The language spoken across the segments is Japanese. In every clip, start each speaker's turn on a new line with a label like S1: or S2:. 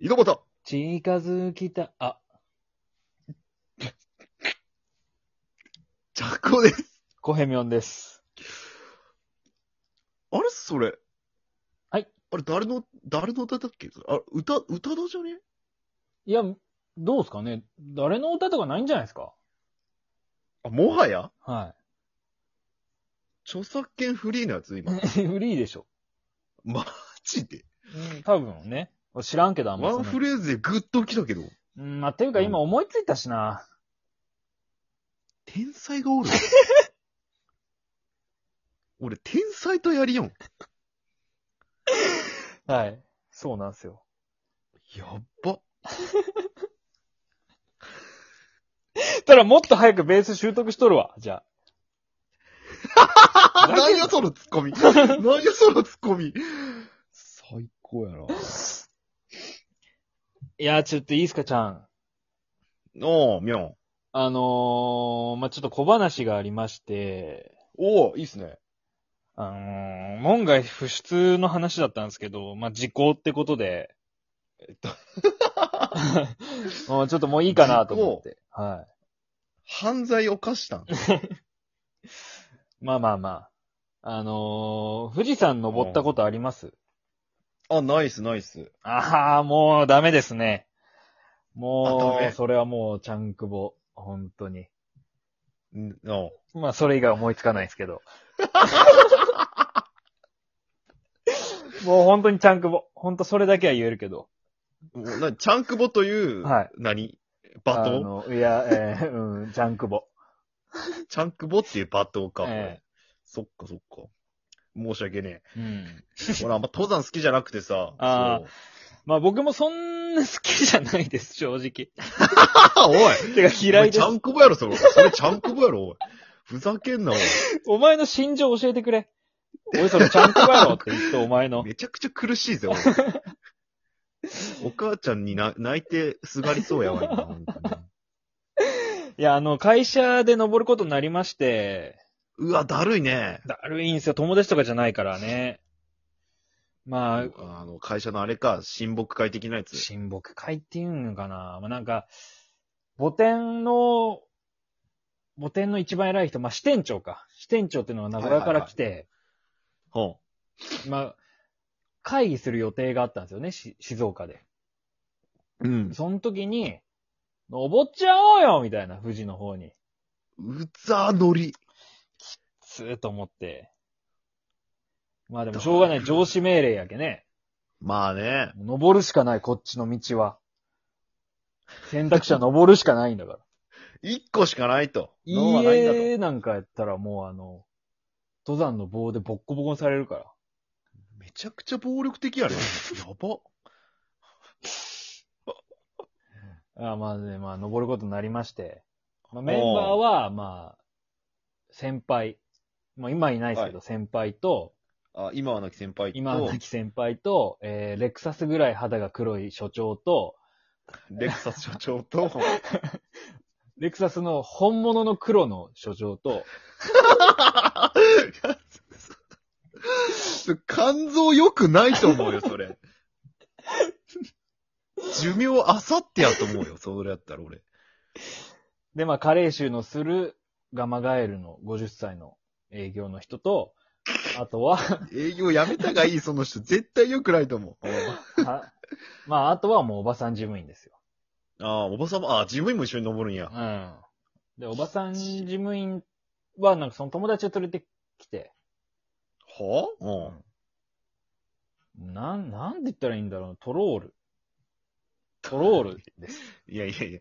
S1: 井戸端
S2: 近づきた、あ、
S1: ジャコです。
S2: コヘミョンです。
S1: あれそれ。
S2: はい。
S1: あれ、誰の、誰の歌だっけあ、歌、歌だじゃね
S2: いや、どうですかね誰の歌とかないんじゃないですか
S1: あ、もはや
S2: は
S1: 著作権フリーのやつ、今。
S2: い。 フリーでしょ。
S1: マジで
S2: うん、多分ね。知らんけど、あんま
S1: ワ
S2: そ
S1: ン
S2: んな
S1: フレーズでグッと来たけど、
S2: うん、まあ、っていうか今思いついたしな。
S1: 天才がおる。俺、天才とやりよん。
S2: はい。そうなんですよ。
S1: やっば。
S2: たらもっと早くベース習得しとるわ、じゃ あ。
S1: 何やそのツッコミ。何やそのツッコミ。最高やな。
S2: いや、ちょっといいっすか、ちゃん。
S1: おー、みょん。
S2: あのー、まあ、ちょっと小話がありまして、
S1: おー、いいっすね。
S2: あのー、門外不出の話だったんですけど、まあ、時効ってことで、えっと、 もうちょっともういいかなと思って。は
S1: 犯罪犯したん。
S2: い。まあまあまあ。あのー、富士山登ったことあります
S1: あ、ナイスナイス。
S2: ああ、もうダメですね。
S1: あダ
S2: も
S1: メ
S2: う、それはもう、ちゃんくぼ。本当に。
S1: んおう
S2: まあ、それ以外思いつかないですけど。 もう本当にちゃんくぼ。本当それだけは言えるけど。
S1: もうな、チャンクボという、
S2: はい
S1: 何罵
S2: あ
S1: 倒
S2: のいや、えー、うん、ちゃんくぼ。
S1: チャンクボっていう罵倒か。
S2: ええ
S1: そっかそっか。申し訳ね
S2: うん。
S1: え。俺あんま登山好きじゃなくてさ。
S2: あ
S1: そう
S2: まあ僕もそんな好きじゃないです、正直。
S1: あ。おい
S2: てか嫌いで
S1: お前チャ
S2: す。
S1: ンクボやろ、それ。それチャンクボやろ、おい。ふざけんな、おい。
S2: お前の心情教えてくれ。おい、それちゃんくぼやろって言って、お前の。
S1: めちゃくちゃ苦しいぜ、おい。お母ちゃんにな泣いてすがりそうやわ、今、本当に。
S2: いや、あの、会社で登ることになりまして、
S1: うわ、だるいね。
S2: だるいんすよ。友達とかじゃないからね。まあ、
S1: あの、会社のあれか、親睦会的なやつ。
S2: 親睦会っていうのかな。まあ、なんか、母店の、母店の一番偉い人、まあ、支店長か。支店長っていうのが名古屋から来て、
S1: ほ
S2: まあ、会議する予定があったんですよね、し静岡で。
S1: う。うん。
S2: その時に、登っちゃおうよみたいな、富士の方に。
S1: うざのり。
S2: スーッと思って。まあでも、しょうがない。上司命令やけね。
S1: まあね。
S2: 登るしかない、こっちの道は。選択肢は登るしかないんだから。
S1: 一個しかないと。脳はないんだと。
S2: 家なんかやったらもうあの、登山の棒でボッコボコにされるから。
S1: めちゃくちゃ暴力的やね。やば。
S2: ああまあね、まあ登ることになりまして。まあ、メンバーは、まあ、先輩。もう今いないですけど、先輩と、
S1: あ、今は亡き先輩と、
S2: 今は亡き先輩と、えー、レクサスぐらい肌が黒い所長と、
S1: レクサス所長と、
S2: レクサスの本物の黒の所長と、
S1: 肝臓良くないと思うよ、それ。寿命あさってやと思うよ、それやったら俺。
S2: で、まあ、加齢臭のするガマガエルの50歳の営業の人と、あと は、
S1: 営業やめたがいい、その人。絶対良くないと思う。
S2: はまあ、あとはもうおばさん事務員ですよ。
S1: ああ、おばさんも、あ、事務員も一緒に登るんや。
S2: うん。で、おばさん事務員は、なんかその友達を連れてきて、
S1: はあうん。
S2: なん、なんて言ったらいいんだろう、トロール。トロー ルです。
S1: いやいやいや。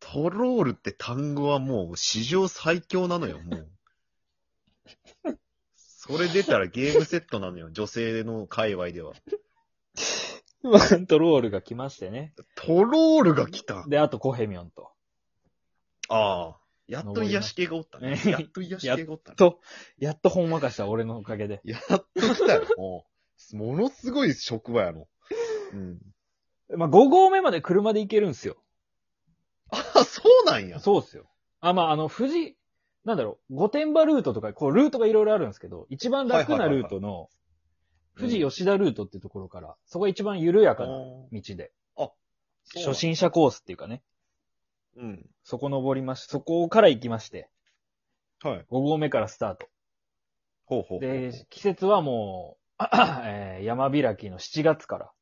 S1: トロールって単語はもう史上最強なのよ、もう。 それ出たらゲームセットなのよ、女性の界隈では。
S2: トロールが来ましてね。
S1: トロールが来た。
S2: で、あとコヘミョンと。
S1: ああ。やっと癒し系がおったね。
S2: 登
S1: や
S2: り
S1: っと癒し系がおったね。
S2: と、やっとほんわかした、俺のおかげで。
S1: やっと来たよ、もう。ものすごい職場やの。うん。
S2: まあ、5合目まで車で行けるんすよ。
S1: あ、そうなんや。
S2: そうっすよ。あ、まあ、あの、富士、なんだろう、御殿場ルートとか、こう、ルートがいろいろあるんですけど、一番楽なルートの、富士吉田ルートっていうところから、そこが一番緩やかな道で、初。心者コースっていうかね、
S1: うん。
S2: そこ登りまし、そこから行きまして、
S1: はい。
S2: 5合目からスタート。
S1: ほうほう。
S2: で、季節はもう、 えー山開きの7月から。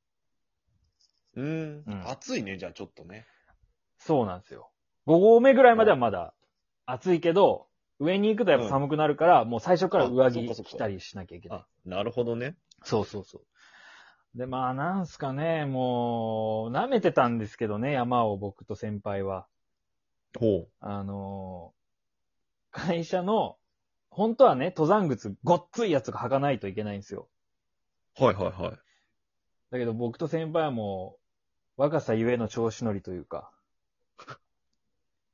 S1: うん
S2: う。ん
S1: 暑いね、じゃあちょっとね。
S2: そうなんですよ。5合目ぐらいまではまだ暑いけど、上に行くとやっぱ寒くなるから、もう最初から上
S1: あそっ
S2: 着
S1: かそっか
S2: 着たりしなきゃいけない。
S1: あ、なるほどね。
S2: そうそうそう。で、まあなんすかね、もう、舐めてたんですけどね、山を僕と先輩は。
S1: ほ
S2: あのー会社の、本当はね、登山靴、ごっついやつが履かないといけないんですよ。
S1: う。はいはいはい。
S2: だけど僕と先輩はもう、若さゆえの調子乗りというか、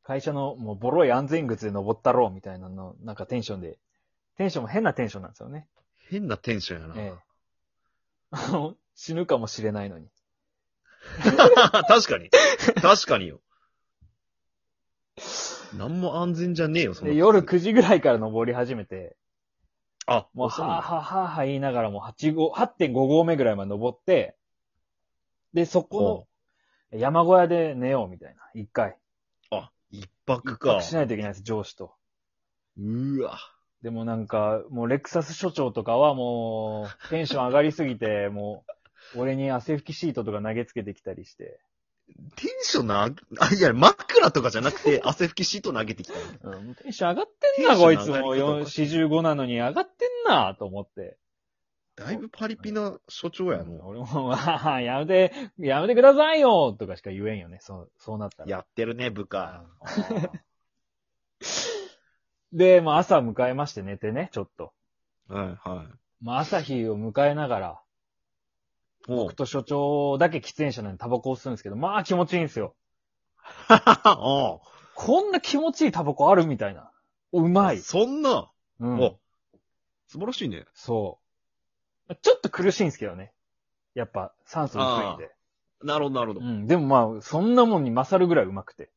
S2: 会社のもうボロい安全靴で登ったろうみたいなの、なんかテンションで、テンションも変なテンションなんですよね。
S1: 変なテンションやな。
S2: ええ。あの、死ぬかもしれないのに。
S1: 確かに。確かによ。なんも安全じゃねえよ、その
S2: で、
S1: 靴
S2: 夜9時ぐらいから登り始めて、
S1: あ、
S2: もう、
S1: 遅い
S2: はぁ
S1: な
S2: はぁはぁはぁ言いながらもう8号、8.5合目ぐらいまで登って、で、そこの山小屋で寝ようみたいな、一回。
S1: あ、一泊
S2: 一
S1: か
S2: 泊。しないといけないです、上司と。
S1: うわ。
S2: でもなんか、もうレクサス所長とかはもう、テンション上がりすぎて、 もう、俺に汗拭きシートとか投げつけてきたりして、
S1: テンションな、あ、いや、枕とかじゃなくて、汗拭きシート投げてきたの。
S2: うん、もうテンション上がってんな、
S1: テンション
S2: こ
S1: 上
S2: い
S1: が
S2: つ
S1: り方
S2: も。
S1: おか
S2: 4
S1: しい
S2: 45なのに上がってんな、と思って。
S1: だいぶパリピな所長や、も
S2: 俺も、 わあやめて、やめてくださいよとかしか言えんよね、そう、そうなった
S1: う。
S2: ら。
S1: やってるね、部 下。
S2: で、まあ朝迎えまして寝てね、ちょっと。
S1: はい、はい。
S2: まあ朝日を迎えながら、
S1: お
S2: 僕と所長だけ喫煙者なんでタバコを吸うんですけど、まあ気持ちいいんですよ。
S1: お
S2: こんな気持ちいいタバコあるみたいな。うまい。
S1: そんな、
S2: うん。
S1: お素晴らしいね。
S2: そう。ちょっと苦しいんですけどね。やっぱ酸素薄いんで。
S1: なるほど、なるほ
S2: う
S1: ど。
S2: ん。でもまあ、そんなもんに勝るぐらいうまくて。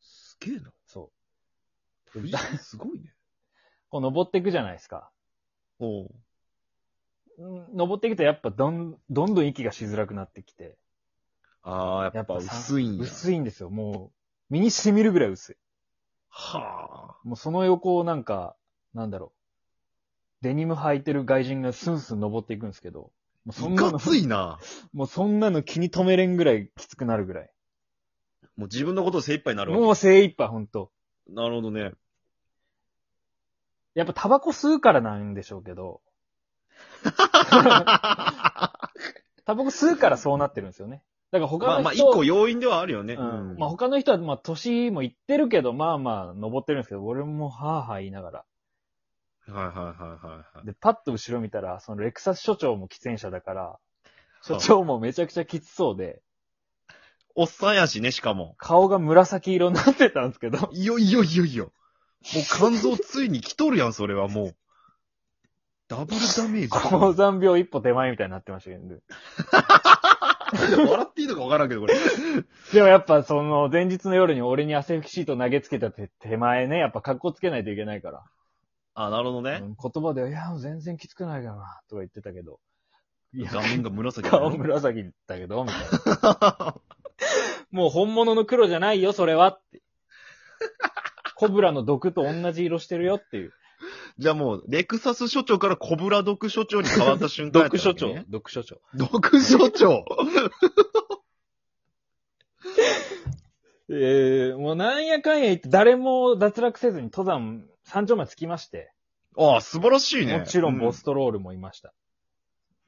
S1: すげえな。
S2: そう。
S1: 藤井さんすごいね。
S2: こう登っていくじゃないですか。
S1: おう
S2: うん登っていくとやっぱどん、どんどん息がしづらくなってきて。
S1: ああ、やっぱ薄いんや。
S2: 薄いんですよ。もう、身に染みるぐらい薄い。
S1: はあ。
S2: もうその横をなんか、なんだろう。デニム履いてる外人がスンスン登っていくんですけど、もうそん
S1: い
S2: な
S1: か
S2: の、
S1: ついな。
S2: もうそんなの気に留めれんぐらいきつくなるぐらい。
S1: もう自分のこと精一杯になるわ
S2: もう精一杯ほんと。
S1: け。なるほど ね。
S2: やっぱタバコ吸うからなんでしょう けど、タバコ吸うからそうなってるんですよね。だから他の
S1: まあ
S2: 人、
S1: まあ、一個要因ではあるよね。
S2: うんまあ他の人は、まあ年もいってるけど、まあまあ登ってるんですけど、俺もはぁはぁ言いながら。
S1: はいはいはいはいはい。
S2: で、パッと後ろ見たら、そのレクサス所長も喫煙者だから、所長もめちゃくちゃきつそうで、
S1: おっさんやしね、しかも。
S2: 顔が紫色になってたんですけど、
S1: いよいよいよいよ。もう肝臓ついに来とるやん、それはもう。ダブルダメージ。
S2: 高山病一歩手前みたいになってましたけど。
S1: 笑っていいのかわからんけど、これ。
S2: でもやっぱその前日の夜に俺に汗拭きシート投げつけた手手前ね、やっぱ格好つけないといけないから。
S1: あ、なるほど
S2: う
S1: ね。
S2: ん言葉では、いや、全然きつくないからな、とか言ってたけど。いや
S1: 画、面が紫だ
S2: 顔
S1: ね。
S2: 紫だけど、みたいな。 もう本物の黒じゃないよ、それは って。コブラの毒と同じ色してるよっていう。
S1: じゃあもう、レクサス所長からコブラ毒所長に変わった瞬間やった
S2: 毒
S1: わけ
S2: 所長
S1: ね。。
S2: 毒所長。
S1: 毒所長。
S2: ええもうなんやかんや言って、誰も脱落せずに登山、山頂まで着きまして、
S1: ああ、素晴らしいね。
S2: もちろんボ
S1: う
S2: ストロールもいました。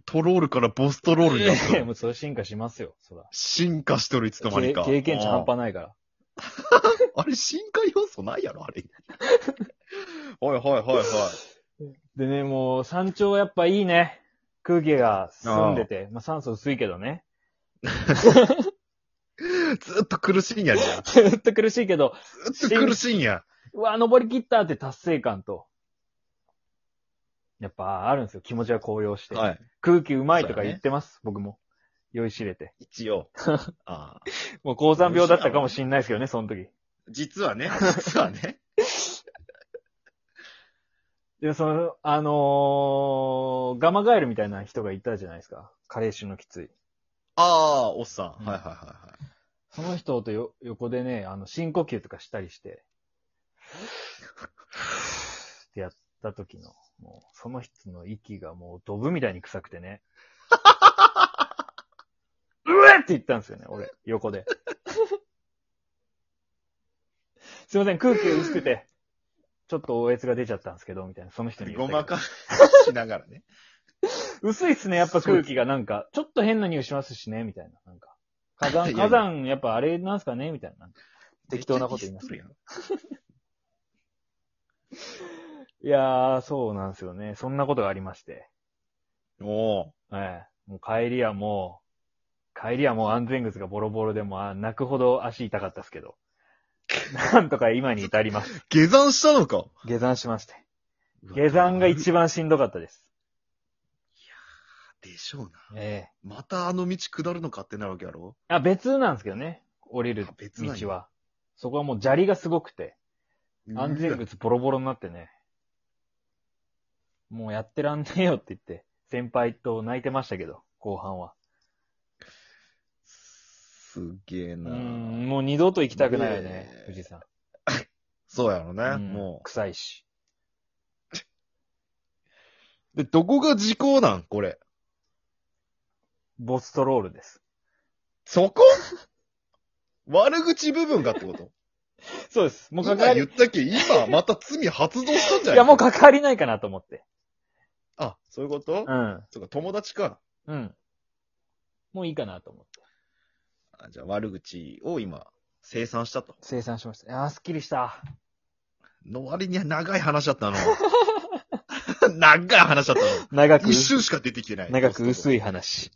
S1: トロールからボストロールに
S2: い
S1: なっ
S2: やいや
S1: た。
S2: もうそれ進化しますよ、そら。
S1: 進化しとるいつの間に
S2: け
S1: か。
S2: 経験値半端ないから。
S1: あれ、進化要素ないやろ、 あれ。はいはいはいはい。
S2: でね、もう山頂やっぱいいね。空気が澄んでて、まあ酸素薄いけどね。
S1: ずっと苦しいんやじゃん。
S2: ずっと苦しいけど、
S1: ずっと苦しいんや。
S2: うわ、登り切ったって達成感と。やっぱあるんですよ、気持ちが高揚して。
S1: はい。
S2: 空気うまいと
S1: そ
S2: か
S1: うやね
S2: 言ってます、僕も。酔いしれて。
S1: 一 応。ああ
S2: もう高山病だったかもしんないですけ どね、その時。
S1: 実はね、実はね。
S2: で、その、あのーガマガエルみたいな人がいたじゃないですか。カレー臭のきつい。
S1: ああ、おっさ
S2: うん
S1: ん。はいはいはいはい。
S2: その人とよ横でね、あの、深呼吸とかしたりして、ってやった時の、もう、その人の息がもう、ドブみたいに臭くてね。 うえって言ったんですよね、俺、横で。すいません、空気が薄くて、ちょっと応援が出ちゃったんですけど、みたいな、その人に
S1: ご
S2: 言ったけど
S1: まかしながらね。
S2: 薄いっすね、やっぱ空気がなんか、ちょっと変な匂いしますしね、みたいな。なんか、火
S1: いや
S2: 山、
S1: いや
S2: 火山、やっぱあれなんすかねみたいな。 適当なこと言います
S1: めっちゃディスっ
S2: いやー、そうなんですよね。そんなことがありまして。
S1: とるやん。おー
S2: ええ。もう帰りはもう、帰りはもう安全靴がボロボロでもう、あ泣くほど足痛かったですけど。 なんとか今に至ります。
S1: 下山したのか
S2: 下山しまして。下山が一番しんどかったです。
S1: でしょうな。
S2: ええ。
S1: またあの道下るのかってなるわけやろ
S2: あ、別なんですけどね。降りる
S1: あ別なんや
S2: 道は。そこはもう砂利がすごくて。安全
S1: うわ
S2: 靴ボロボロになってね。もうやってらんねえよって言って、先輩と泣いてましたけど、後半は。
S1: すげえ
S2: う
S1: な。
S2: ん、もう二度と行きたくないよね
S1: ねえ、
S2: 富士山。
S1: そうやろね、
S2: うん
S1: も
S2: 臭いし。
S1: う。で、どこが時効なんこれ。
S2: ボストロールです。
S1: そこ悪口部分がってこと
S2: そうです。 もう
S1: 今
S2: 関わり、
S1: 言ったっけ今また罪発動したんじゃない
S2: いやもう関わりないかなと思って。
S1: あ、そういうこと
S2: うん。
S1: そうか、友達か。
S2: うん。もういいかなと思って。
S1: あじゃあ悪口を今、生産したと。
S2: 生産しました。あー、すっきりした。
S1: の割には長い話だ ったの。長い話だったの。
S2: 長く、
S1: 一瞬しか出てきてない。
S2: 長く
S1: い。
S2: 薄い話。